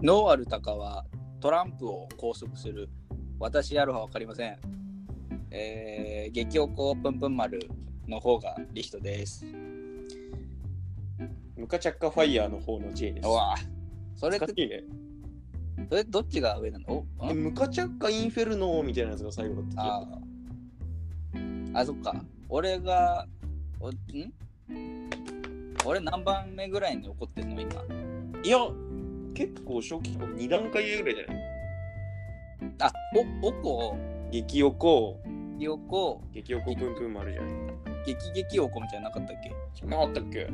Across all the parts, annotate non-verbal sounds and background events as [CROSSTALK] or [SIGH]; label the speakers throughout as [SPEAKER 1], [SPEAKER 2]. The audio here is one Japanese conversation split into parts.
[SPEAKER 1] ノーアルタカはトランプを拘束する。私やるは分かりません。えー、激おこぷんぷん丸の方がリヒトです。
[SPEAKER 2] ムカチャッカファイヤーの方の J です。
[SPEAKER 1] うわぁそれっ
[SPEAKER 2] 難
[SPEAKER 1] て
[SPEAKER 2] しいね。
[SPEAKER 1] それどっちが上なのお
[SPEAKER 2] え
[SPEAKER 1] ん
[SPEAKER 2] ムカチャッカインフェルノみたいなやつが最後だった気が
[SPEAKER 1] あーあ、そっか。俺が、おん俺何番目ぐらいに怒ってんの今。
[SPEAKER 2] いや、結構初期、2段階上ぐらいじゃない
[SPEAKER 1] あ、お、おこ、
[SPEAKER 2] 激横、
[SPEAKER 1] ひよこ、
[SPEAKER 2] 激横プンプン丸じゃない。
[SPEAKER 1] 激激おこみたいなのなかったっけ
[SPEAKER 2] そんなのあったっけ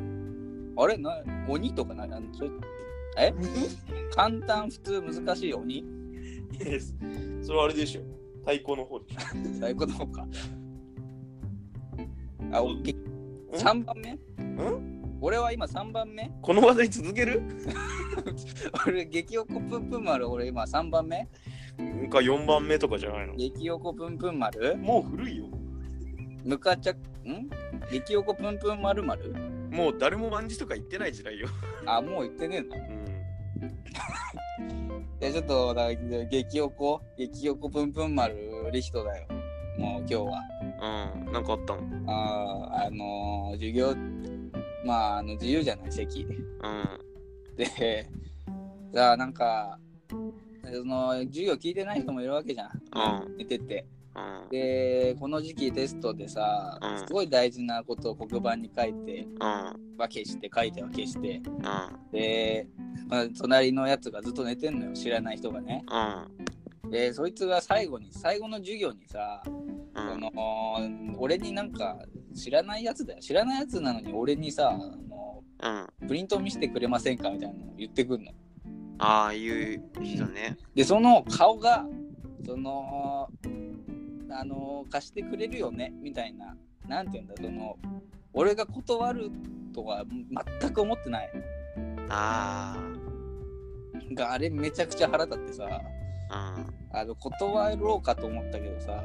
[SPEAKER 1] あれな、鬼とかないあのそれえ簡単、普通、難しい鬼
[SPEAKER 2] [LAUGHS] それはあれでしょ。太鼓の方でしょ。
[SPEAKER 1] そういうことか。あ、おっけ
[SPEAKER 2] ん
[SPEAKER 1] 3番目俺は今3番目
[SPEAKER 2] この技に続ける
[SPEAKER 1] 俺、激おこぷんぷん丸、俺今3番目
[SPEAKER 2] なんか4番目とかじゃないの
[SPEAKER 1] 激おこぷんぷん丸
[SPEAKER 2] もう古いよ。
[SPEAKER 1] ムカチャん激おこぷんぷん丸丸
[SPEAKER 2] もう誰も万事とか言ってない時代よ。
[SPEAKER 1] あ、もう言ってねえんだ。
[SPEAKER 2] うん。
[SPEAKER 1] で、ちょっと、だ激おこ、激おこぷんぷん丸リヒトだよ。もう今日は。
[SPEAKER 2] うん。なんかあったのうん。
[SPEAKER 1] あーあのー授業、まあ、あの自由じゃない席。で、じ [LAUGHS] ゃあなんか、その授業聞いてない人もいるわけじゃん。
[SPEAKER 2] うん
[SPEAKER 1] 寝てて。
[SPEAKER 2] うん。
[SPEAKER 1] で、この時期テストでさ
[SPEAKER 2] う、ん
[SPEAKER 1] すごい大事なことを黒板に書いて
[SPEAKER 2] うん。
[SPEAKER 1] は消して、書いては消して。
[SPEAKER 2] うん。
[SPEAKER 1] で、まあ、隣のやつがずっと寝てんのよ、知らない人がね。
[SPEAKER 2] うん。
[SPEAKER 1] で、そいつが最後に、最後の授業にさ、
[SPEAKER 2] う
[SPEAKER 1] そ
[SPEAKER 2] ん。
[SPEAKER 1] の俺になんか知らないやつだよ知らないやつなのに俺にさあの
[SPEAKER 2] うん。
[SPEAKER 1] プリント見せてくれませんかみたいなの言ってくんの
[SPEAKER 2] ああいう人ね。
[SPEAKER 1] でその顔がそのあの貸してくれるよねみたいななんて言うんだその俺が断るとは全く思ってない
[SPEAKER 2] あ
[SPEAKER 1] があれめちゃくちゃ腹立ってさ
[SPEAKER 2] あ。
[SPEAKER 1] あの断ろうかと思ったけどさ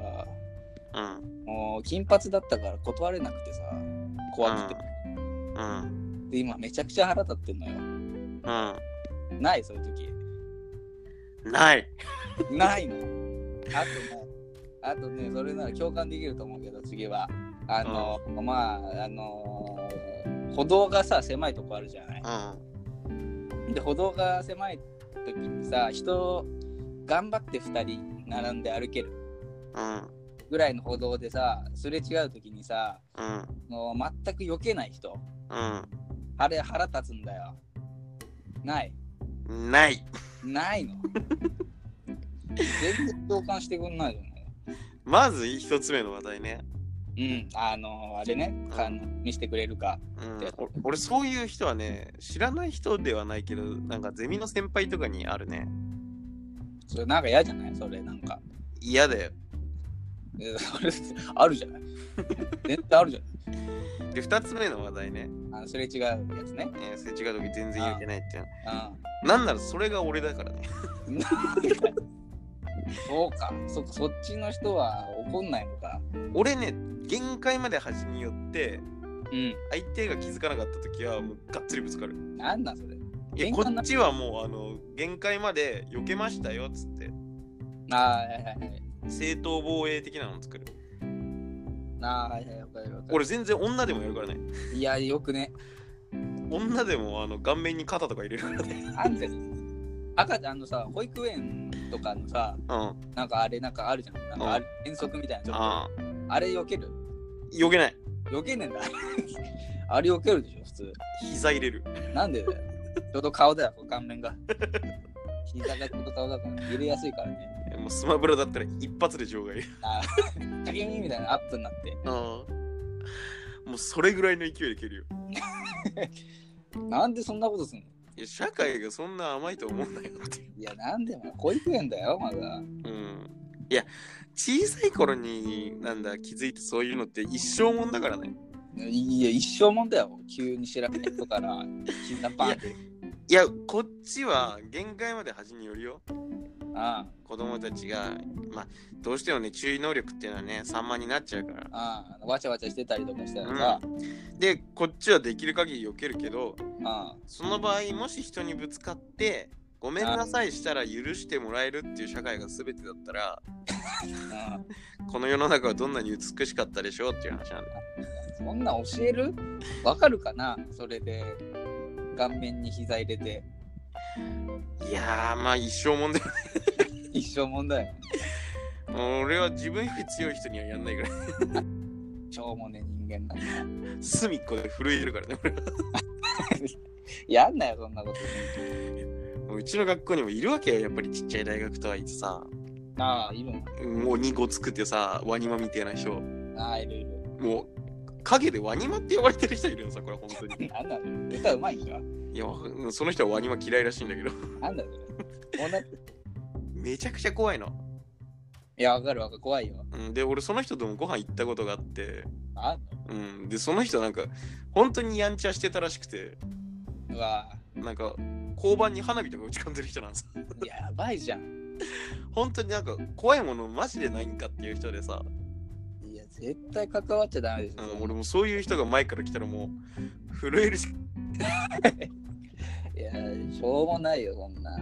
[SPEAKER 2] うん。うん。
[SPEAKER 1] もう金髪だったから断れなくてさ怖くて、
[SPEAKER 2] うん。
[SPEAKER 1] で今めちゃくちゃ腹立ってんのよ
[SPEAKER 2] う
[SPEAKER 1] ないそういう時
[SPEAKER 2] ん。ない。
[SPEAKER 1] ないのあとねあとねそれなら共感できると思うけど次はあの、まああの歩道がさ狭いとこあるじゃない
[SPEAKER 2] うん。
[SPEAKER 1] で歩道が狭い時にさ人頑張って2人並んで歩ける
[SPEAKER 2] うん。
[SPEAKER 1] ぐらいの歩道でさすれ違う時にさ
[SPEAKER 2] うん。
[SPEAKER 1] もう全く避けない人
[SPEAKER 2] う
[SPEAKER 1] あれ腹立つんだよない
[SPEAKER 2] ん。ない。
[SPEAKER 1] ないの全然共感してくんないじゃない
[SPEAKER 2] まず一つ目の話題ね。
[SPEAKER 1] うん、あのあれね、あの見せてくれるか。
[SPEAKER 2] うん、お俺そういう人はね知らない人ではないけどなんかゼミの先輩とかにあるね
[SPEAKER 1] それなんか嫌じゃないそれなんか。
[SPEAKER 2] 嫌だよ
[SPEAKER 1] えそれあるじゃ
[SPEAKER 2] [LAUGHS]
[SPEAKER 1] ない絶対あるじゃ
[SPEAKER 2] で2つ目の話題ね、
[SPEAKER 1] ないあのすれ違うやつね。
[SPEAKER 2] えー、すれ違う時全然言うてないっていう
[SPEAKER 1] う
[SPEAKER 2] なんならそれが俺だからね
[SPEAKER 1] ん。そうかそ、そっちの人は怒んないのか。
[SPEAKER 2] 俺ね限界まで端に寄って
[SPEAKER 1] うん。
[SPEAKER 2] 相手が気づかなかった時はもうがっつりぶつかる
[SPEAKER 1] なんだそれ。
[SPEAKER 2] いや
[SPEAKER 1] 限
[SPEAKER 2] こ
[SPEAKER 1] 界な
[SPEAKER 2] っちはもうあの限界まで避けましたよっつって
[SPEAKER 1] ああ、はいはいはい。
[SPEAKER 2] 正当防衛的なのを作る
[SPEAKER 1] ああ、はいはい、わかるわかる。
[SPEAKER 2] 俺全然女でもやるからね
[SPEAKER 1] いや、よくね。
[SPEAKER 2] 女でもあの顔面に肩とか入れる [LAUGHS] からね
[SPEAKER 1] あんた赤ちゃんあのさ、保育園とかのさ、
[SPEAKER 2] うんあ
[SPEAKER 1] なんかあれなんかあるじゃん。なんかあれ遠足みたいな。ちょっと
[SPEAKER 2] あ
[SPEAKER 1] あれ避ける
[SPEAKER 2] 避けない
[SPEAKER 1] 避けねえんだ。あれ避けるでしょ、普通。
[SPEAKER 2] 膝入れる
[SPEAKER 1] なんでだよ。ちょうど顔だよ、顔面が。膝がちょうど顔だから、入れやすいからね。
[SPEAKER 2] えもうスマブラだったら一発で場外
[SPEAKER 1] あー、竹耳みたいなアップになって。
[SPEAKER 2] [LAUGHS] もうそれぐらいの勢いで蹴るよ
[SPEAKER 1] なんでそんなことすんの
[SPEAKER 2] いや社会がそんな甘いと思うんだよっていう
[SPEAKER 1] いや、なんでも保育園だよ、まだ。
[SPEAKER 2] うんいや小さい頃になんだ気づいてそういうのって一生もんだからね
[SPEAKER 1] いや、一生もんだよ。急に知らない人から、膝バンって。
[SPEAKER 2] いやこっちは限界まで端によるよ
[SPEAKER 1] あ
[SPEAKER 2] 子供たちがまあどうしてもね注意能力っていうのはね散漫になっちゃうから
[SPEAKER 1] あ、ああ、わちゃわちゃしてたりとかしたらさ、
[SPEAKER 2] でこっちはできる限り避けるけど
[SPEAKER 1] ああ、
[SPEAKER 2] その場合もし人にぶつかってこごめんなさいしたら許してもらえるっていう社会が全てだったら、
[SPEAKER 1] うん
[SPEAKER 2] この世の中はどんなに美しかったでしょうっていう話なんだよ。
[SPEAKER 1] そんなん教えるわかるかなそれで顔面に膝入れて
[SPEAKER 2] いやー、まあ一生もんだよ。
[SPEAKER 1] 一生もんだよ
[SPEAKER 2] 俺は自分より強い人にはやんないから。
[SPEAKER 1] しょうもねえ人間なんだ
[SPEAKER 2] 隅っこで震えてるからね、俺は
[SPEAKER 1] やんなよそんなこと
[SPEAKER 2] もううちの学校にもいるわけよ、やっぱりちっちゃい大学とはいえさ、
[SPEAKER 1] ああいるも
[SPEAKER 2] もう2個作ってさ、ワニマみたいな人、
[SPEAKER 1] んああいるいる
[SPEAKER 2] もう影でワニマって呼ばれてる人いるのさ、これ本当 [LAUGHS] に。
[SPEAKER 1] なんだろう歌うまいんか
[SPEAKER 2] いや、その人はワニマ嫌いらしいんだけど、
[SPEAKER 1] なんだろう女い
[SPEAKER 2] めちゃくちゃ怖いの。
[SPEAKER 1] やわかるわかる怖いよ
[SPEAKER 2] うん、で、俺その人ともご飯行ったことがあって、
[SPEAKER 1] あん
[SPEAKER 2] うん、で、その人なんか、本当にやんちゃしてたらしくて、
[SPEAKER 1] のうわ
[SPEAKER 2] なんか、交番に花火とか打ち込んでる人なんです。
[SPEAKER 1] やばいじゃん
[SPEAKER 2] 本当になんか、怖いものマジでないんかっていう人でさ、
[SPEAKER 1] いや絶対関わっちゃダメでし
[SPEAKER 2] う
[SPEAKER 1] ょ、
[SPEAKER 2] ん、俺もそういう人が前から来たらもう、震えるし
[SPEAKER 1] いやしょうもないよそんな
[SPEAKER 2] っ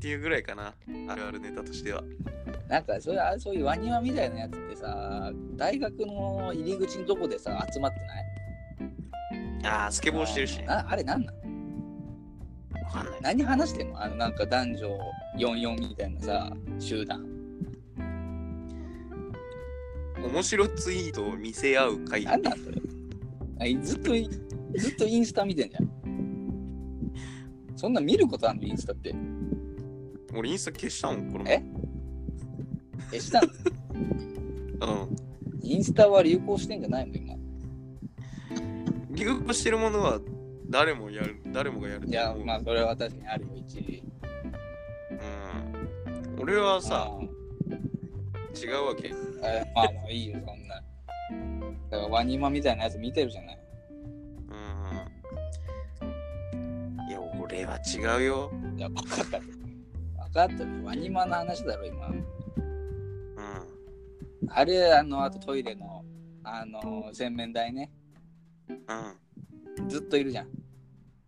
[SPEAKER 2] ていうぐらいかな、あるあるネタとしては。
[SPEAKER 1] なんかそれあそういうワニマみたいなやつってさ大学の入り口のとこでさ集まってない
[SPEAKER 2] ああ、スケボーしてるしね。
[SPEAKER 1] ああれなんなん
[SPEAKER 2] わかんない。
[SPEAKER 1] 何話してんのあのなんか男女44みたいなさ集団
[SPEAKER 2] 面白ツイートを見せ合う会。
[SPEAKER 1] 何なんそれあずっとずっとインスタ見てんじゃんそんな見ることあんのインスタって
[SPEAKER 2] 俺インスタ消したもん、この
[SPEAKER 1] ええしたの
[SPEAKER 2] あの、
[SPEAKER 1] インスタは流行してんじゃないの今
[SPEAKER 2] 流行してるものは誰もやる、誰もがやる
[SPEAKER 1] い
[SPEAKER 2] と
[SPEAKER 1] や
[SPEAKER 2] 思う
[SPEAKER 1] まあそれは確かにあるよ一理
[SPEAKER 2] うん。俺はさ、
[SPEAKER 1] うん
[SPEAKER 2] 違うわけ。
[SPEAKER 1] えまあまあいいよそんなだからワニマみたいなやつ見てるじゃない
[SPEAKER 2] うん。いや、俺は違うよ。
[SPEAKER 1] いや、分かった。分かったよ。ワニマの話だろ、今。
[SPEAKER 2] うん。
[SPEAKER 1] あれ、あの、あとトイレの、あの、洗面台ね。ずっといるじゃん。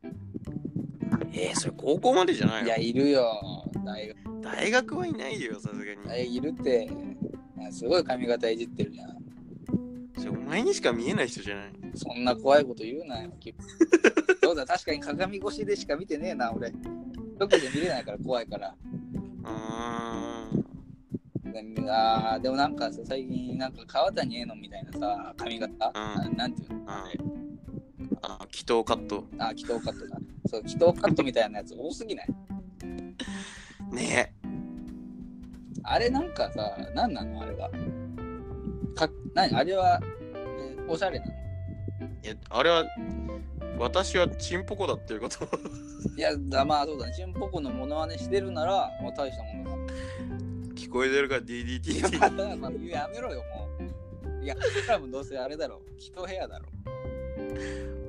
[SPEAKER 2] うん。えー、それ高校までじゃな
[SPEAKER 1] い
[SPEAKER 2] いの
[SPEAKER 1] や、いるよ。大学。
[SPEAKER 2] 大学はいないよ、さすが
[SPEAKER 1] 大
[SPEAKER 2] に。
[SPEAKER 1] 学いるって。すごい髪型いじってるじゃん。
[SPEAKER 2] それお前にしか見えない人じゃない。
[SPEAKER 1] そんな怖いこと言うなよ。 [LAUGHS] そうだ、確かに鏡越しでしか見てねえな、俺。特に見れないから怖いから。
[SPEAKER 2] うーん。
[SPEAKER 1] であーでもなんかさ最近、なんか川谷絵音みたいなさ、髪型、あなんていうのあれ
[SPEAKER 2] あの、祈祷カット。
[SPEAKER 1] あ、祈祷カットだ。そう、祈祷カットみたいなやつ多すぎない
[SPEAKER 2] ね
[SPEAKER 1] あれなんかさ、なんなのあれは。か、なにあれは、えーおしゃれなの
[SPEAKER 2] え。いや、あれは、私はチンポコだっていうことを
[SPEAKER 1] いや、だまあそうだね。チンポコのモノマネしてるなら、もう大したもの
[SPEAKER 2] [LAUGHS] 聞こえてるから DDT って
[SPEAKER 1] だ。いや、まあ、やめろよ、もう。いや、僕らもどうせあれだろ。祈祷部屋だろ。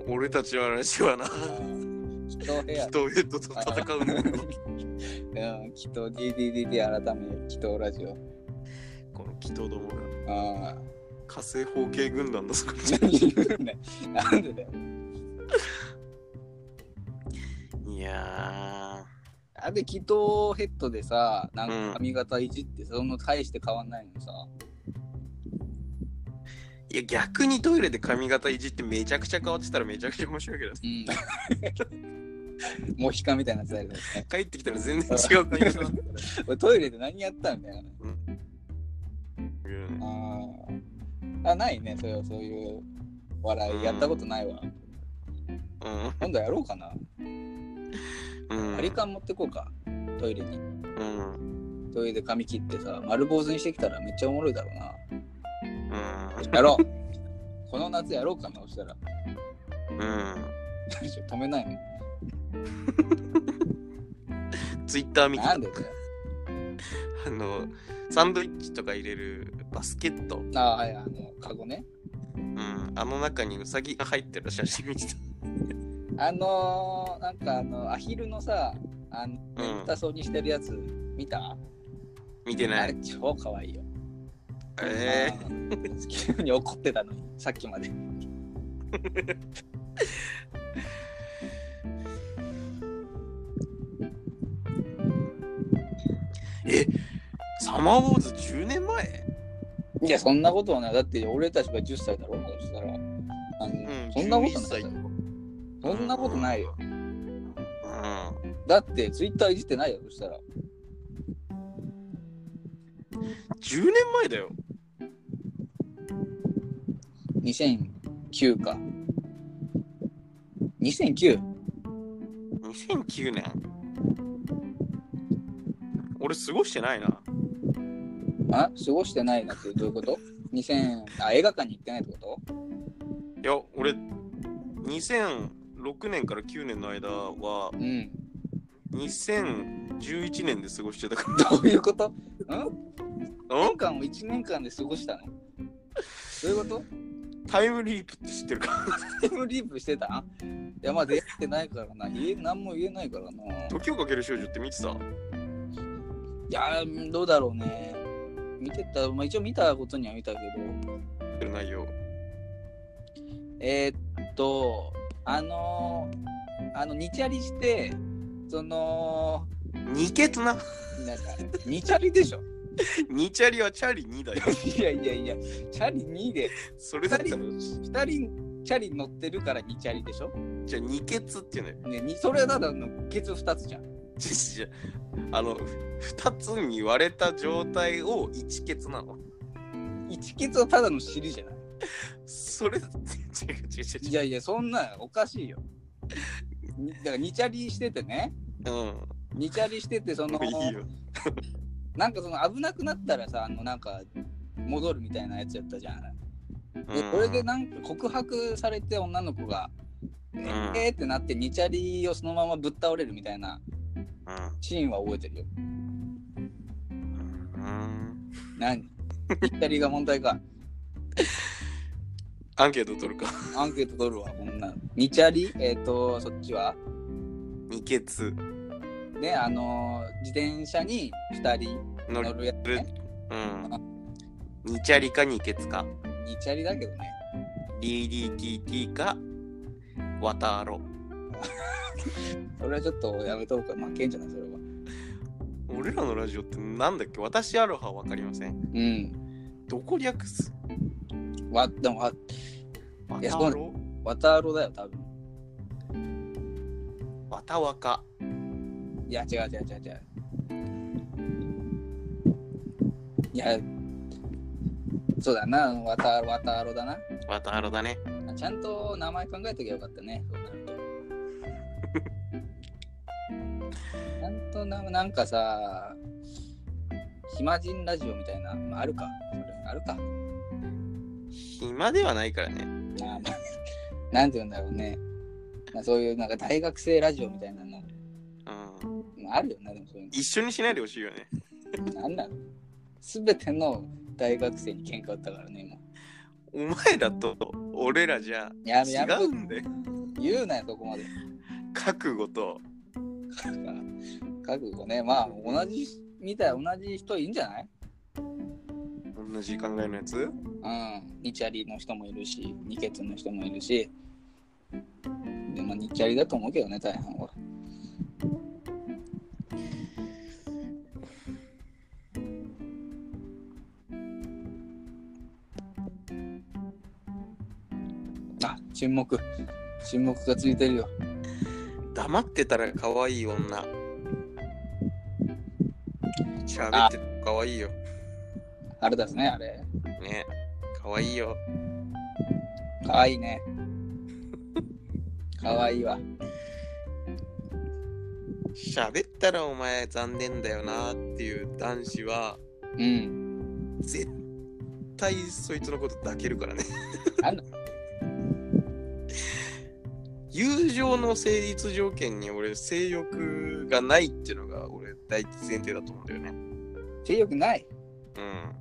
[SPEAKER 2] 俺たちの話はな、
[SPEAKER 1] 祈祷部
[SPEAKER 2] 祈
[SPEAKER 1] 屋。
[SPEAKER 2] 祷ヘッドと戦うのよ。
[SPEAKER 1] うん、祈祷 DDDD 改め、祈祷ラジオ。
[SPEAKER 2] この祈祷どもが。
[SPEAKER 1] ああ。
[SPEAKER 2] 火星方形軍団だそこ
[SPEAKER 1] 何言うんだよ。なんでだよ。
[SPEAKER 2] いや
[SPEAKER 1] あれ、祈祷ヘッドでさ、なんか髪型いじって、その大して変わんないのにさ。
[SPEAKER 2] ーいや逆にトイレで髪型いじってめちゃくちゃ変わってたらめちゃくちゃ面白いけど
[SPEAKER 1] うん。モヒカンみたいなスタイルだよね。
[SPEAKER 2] 帰ってきたら全然違う髪型だったら
[SPEAKER 1] 俺トイレで何やったみたいな。あーあ、ないね、そういう、そういう笑い。やったことないわ。今度やろうかな。
[SPEAKER 2] うんうん
[SPEAKER 1] 割り勘持ってこうか。トイレに。
[SPEAKER 2] うんうん
[SPEAKER 1] トイレで髪切ってさ、丸坊主にしてきたらめっちゃおもろいだろうな。やろう。
[SPEAKER 2] [LAUGHS]
[SPEAKER 1] この夏やろうかな、そしたら。 [LAUGHS]
[SPEAKER 2] うん
[SPEAKER 1] 止めないもん。
[SPEAKER 2] ツイッター見て
[SPEAKER 1] なんでだよ。
[SPEAKER 2] あのサンドイッチとか入れるバスケット、
[SPEAKER 1] あーはい、あの、カゴね。
[SPEAKER 2] うん、あの中にウサギが入ってる写真見てた
[SPEAKER 1] あのー、なんかあの、アヒルのさ、あの、
[SPEAKER 2] うん
[SPEAKER 1] 眠たそうにしてるやつ、見た、
[SPEAKER 2] 見てな
[SPEAKER 1] あれ
[SPEAKER 2] い
[SPEAKER 1] 超可愛いよ。
[SPEAKER 2] え
[SPEAKER 1] あー急に怒ってたのに、さっきまで。
[SPEAKER 2] マーボーズ10年前
[SPEAKER 1] いや、そんなことはない。だって、俺たちが10歳だろうとしたら。あの
[SPEAKER 2] うん、
[SPEAKER 1] そんなことない
[SPEAKER 2] 11歳。
[SPEAKER 1] そんなことないよ。
[SPEAKER 2] うん。
[SPEAKER 1] だって、ツイッターいじってないよ、そしたら。
[SPEAKER 2] 10年前だよ。
[SPEAKER 1] 2009か。2009?
[SPEAKER 2] 2009年。俺、過ごしてないな。
[SPEAKER 1] あ過ごしてないなってどういうこと ?2000、あ、映画館に行ってないってこ
[SPEAKER 2] いや、俺、2006年から9年の間
[SPEAKER 1] と、
[SPEAKER 2] は
[SPEAKER 1] うん。 [LAUGHS]
[SPEAKER 2] 2011年で過ごしてたか
[SPEAKER 1] どういうことん
[SPEAKER 2] ら。 [LAUGHS]
[SPEAKER 1] 年
[SPEAKER 2] ん
[SPEAKER 1] 間を1年間で過ごしたのどういうこと
[SPEAKER 2] タイムリープって知ってる [LAUGHS] か
[SPEAKER 1] タイムリープしてたいや、まあ出会ってないからな。言え、何も言えないからな。い
[SPEAKER 2] 時をかける少女って見てた
[SPEAKER 1] やー、どうだろうね。見てた、まあ一応見たことには見たけど。
[SPEAKER 2] 見てる内容。
[SPEAKER 1] えー、っと、あのー、あの、二チャリして、その、
[SPEAKER 2] 二ケツな。 [LAUGHS]
[SPEAKER 1] なんか、二チャリでしょ [LAUGHS]
[SPEAKER 2] 二チャリはチャリ2だよ。 [LAUGHS]
[SPEAKER 1] いやいやいや、チャリ2で、
[SPEAKER 2] それだったら、
[SPEAKER 1] 2人チャリ乗ってるから2チャリでしょ、
[SPEAKER 2] じゃあ二ケツっていうの
[SPEAKER 1] ね、
[SPEAKER 2] よ。
[SPEAKER 1] にそれはただのケツ2つじゃん。
[SPEAKER 2] じゃじゃあの、二つに割れた状態を一ケツなの。
[SPEAKER 1] 1ケツはただの尻じゃない。
[SPEAKER 2] それ、違う違う違
[SPEAKER 1] いやいや、そんなおかしいよ。にだから2チャリしててね、
[SPEAKER 2] う違う。うん。
[SPEAKER 1] 2チャリしてて、その
[SPEAKER 2] もう、いいよ。
[SPEAKER 1] なんかその危なくなったらさ、あのなんか戻るみたいなやつやったじゃん。で
[SPEAKER 2] うん
[SPEAKER 1] それでなんか告白されて女の子が、え
[SPEAKER 2] ん
[SPEAKER 1] えーってなって2チャリをそのままぶっ倒れるみたいな
[SPEAKER 2] うん
[SPEAKER 1] シーンは覚えてるよ。
[SPEAKER 2] うん
[SPEAKER 1] 何 ?2 チャリが問題か。 [LAUGHS]
[SPEAKER 2] アンケート取るか。 [LAUGHS]
[SPEAKER 1] アンケート取るわ、こんなの。ニチャリ、えっ、と、そっちは
[SPEAKER 2] 二ケツ
[SPEAKER 1] ね、あのー自転車に2人
[SPEAKER 2] 乗
[SPEAKER 1] 乗
[SPEAKER 2] る。
[SPEAKER 1] るやつ、ね。
[SPEAKER 2] うん。二チャリか二ケツか。
[SPEAKER 1] ニチャリだけどね。
[SPEAKER 2] DDTT か、渡ろ
[SPEAKER 1] それはちょっとやめとこうか。負けんじゃない、それは。
[SPEAKER 2] う。俺らのラジオってなんだっけ私アロハわかりません。
[SPEAKER 1] うん。
[SPEAKER 2] どこ略す
[SPEAKER 1] わ、でも、わ、
[SPEAKER 2] 渡
[SPEAKER 1] いやそうだ
[SPEAKER 2] ろ
[SPEAKER 1] 渡ろだよ、多分。
[SPEAKER 2] 渡若。
[SPEAKER 1] いや、違う違う違う違う。いや、そうだな、渡ろ、渡ろだな。
[SPEAKER 2] 渡ろだね。
[SPEAKER 1] あちゃんと名前考えときゃよかったね。そうなるとちゃんとななんかさ、暇人ラジオみたいな、まあ、あるか。それあるか。
[SPEAKER 2] 暇ではないからね。
[SPEAKER 1] まあまあなんて言うんだろうね。まあ、そういうなんか大学生ラジオみたいなの、
[SPEAKER 2] うん。
[SPEAKER 1] まあ、あるよな、でもそういう
[SPEAKER 2] 一緒にしないでほしいよね。
[SPEAKER 1] の。なんなのすべての大学生に喧嘩売ったからね、今。
[SPEAKER 2] お前らと俺らじゃ
[SPEAKER 1] やめ
[SPEAKER 2] 違
[SPEAKER 1] やめと
[SPEAKER 2] うんで。
[SPEAKER 1] 言うなよ、そこまで。
[SPEAKER 2] 覚悟と。
[SPEAKER 1] 覚悟ね。まあ、同じ、みたい、同じ人いいんじゃない
[SPEAKER 2] 同じ考えのやつ
[SPEAKER 1] うん、ニチャリの人もいるし、ニケツの人もいるし、でもニチャリだと思うけどね、大半は。あ、沈黙。沈黙がついてるよ。
[SPEAKER 2] 黙ってたら可愛い女。喋ってたら可愛いよ。
[SPEAKER 1] あれですね、あれ。
[SPEAKER 2] ね。可愛いよ。
[SPEAKER 1] かわいいね。かわいいわ。
[SPEAKER 2] 喋ったらお前残念だよなっていう男子は
[SPEAKER 1] うん。
[SPEAKER 2] 絶対そいつのこと抱けるからね
[SPEAKER 1] なんだ。
[SPEAKER 2] [LAUGHS] 友情の成立条件に俺性欲がないっていうのが俺第一前提だと思うんだよね。
[SPEAKER 1] 性欲ない。
[SPEAKER 2] うん。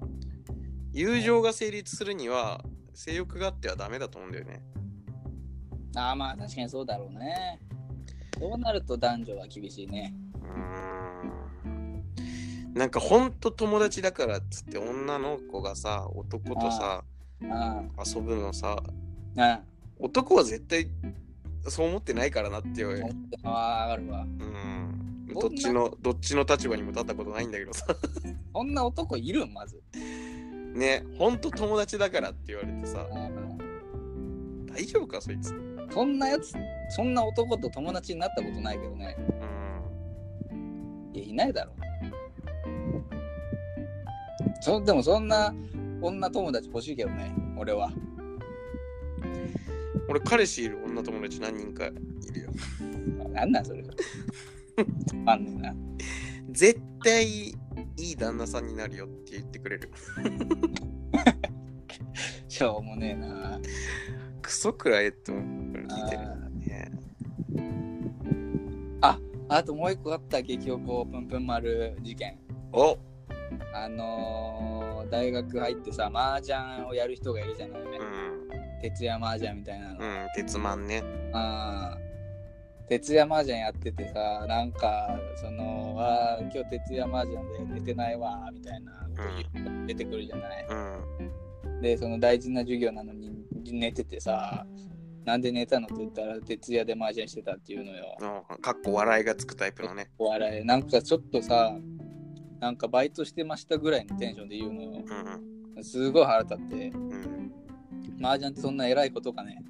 [SPEAKER 2] 友情が成立するには性欲があってはダメだと思うんだよね。
[SPEAKER 1] ああまあ確かにそうだろうね。そうなると男女は厳しいね。
[SPEAKER 2] うーん。なんかほんと友達だからっつって女の子がさ男とさ
[SPEAKER 1] うん。うん。
[SPEAKER 2] 遊ぶのさ男は絶対そう思ってないからなっていう、
[SPEAKER 1] ああ、わかるわ。
[SPEAKER 2] うん、どっちのどっちの立場にも立ったことないんだけどさ [LAUGHS]
[SPEAKER 1] そんな男いるんまず。
[SPEAKER 2] ねほんと友達だからって言われてさ
[SPEAKER 1] あー
[SPEAKER 2] 大丈夫かそいつう
[SPEAKER 1] そんなやつ、そんな男と友達になったことないけどね。
[SPEAKER 2] ん
[SPEAKER 1] いや、いないだろ。そでもそんな女友達欲しいけどね、俺は。
[SPEAKER 2] 俺彼氏いる女友達何人かいるよ
[SPEAKER 1] なんなんそれ。 [LAUGHS] つまんねえな。
[SPEAKER 2] 絶対いい旦那さんになるよって言ってくれる
[SPEAKER 1] しょうもねえな。
[SPEAKER 2] クソくらえって思うこれ聞いてる
[SPEAKER 1] あ
[SPEAKER 2] ね
[SPEAKER 1] あともう一個あった激おこぷんぷん丸事件。
[SPEAKER 2] お
[SPEAKER 1] あのー大学入ってさ、麻雀をやる人がいるじゃないね
[SPEAKER 2] う。ん
[SPEAKER 1] 徹夜麻雀みたいなの。
[SPEAKER 2] うん鉄マンね
[SPEAKER 1] あー徹夜麻雀やっててさなんかそのあー今日徹夜麻雀で寝てないわみたいなこと言う出てくるじゃない、
[SPEAKER 2] うん
[SPEAKER 1] でその大事な授業なのに寝ててさなんで寝たのって言ったら徹夜で麻雀してたっていうのよ
[SPEAKER 2] うんかっこ笑いがつくタイプのね
[SPEAKER 1] お笑いなんかちょっとさなんかバイトしてましたぐらいのテンションで言うのよ
[SPEAKER 2] うん
[SPEAKER 1] すごい腹立って
[SPEAKER 2] うん
[SPEAKER 1] 麻雀ってそんな偉いことかね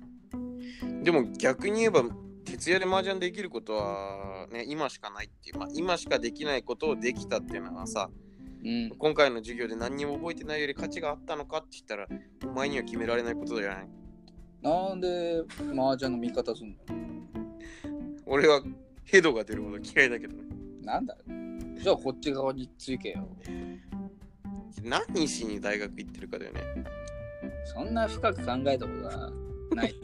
[SPEAKER 2] でも逆に言えば徹夜で麻雀できることはね今しかないっていう、まあ、今しかできないことをできたっていうのはさ
[SPEAKER 1] うん
[SPEAKER 2] 今回の授業で何にも覚えてないより価値があったのかって言ったらお前には決められないことじゃない
[SPEAKER 1] なんで麻雀の見方すんの
[SPEAKER 2] 俺はヘドが出るほど嫌いだけどね
[SPEAKER 1] なんだろうじゃあこっち側についけよ。
[SPEAKER 2] 何しに大学行ってるかだよね
[SPEAKER 1] そんな深く考えたことはない。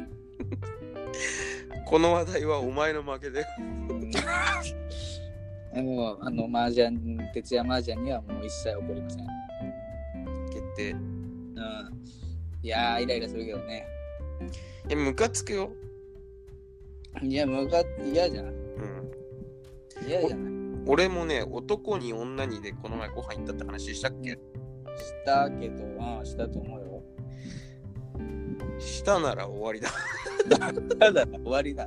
[SPEAKER 1] [LAUGHS]
[SPEAKER 2] この話題はお前の負けで
[SPEAKER 1] でもあの麻雀、徹夜麻雀にはもう一切怒りません。
[SPEAKER 2] 決定い
[SPEAKER 1] うん。いやー、イライラするけどね。
[SPEAKER 2] やムカつくよ、
[SPEAKER 1] いや、向かって嫌じゃん。
[SPEAKER 2] うん、
[SPEAKER 1] 嫌じゃない。
[SPEAKER 2] 俺もね男に女にでこの前ご飯行ったって話したっけ
[SPEAKER 1] したけど、うん、したと思うよ。 [LAUGHS]
[SPEAKER 2] したなら終わりだ
[SPEAKER 1] ただ、終わりだ。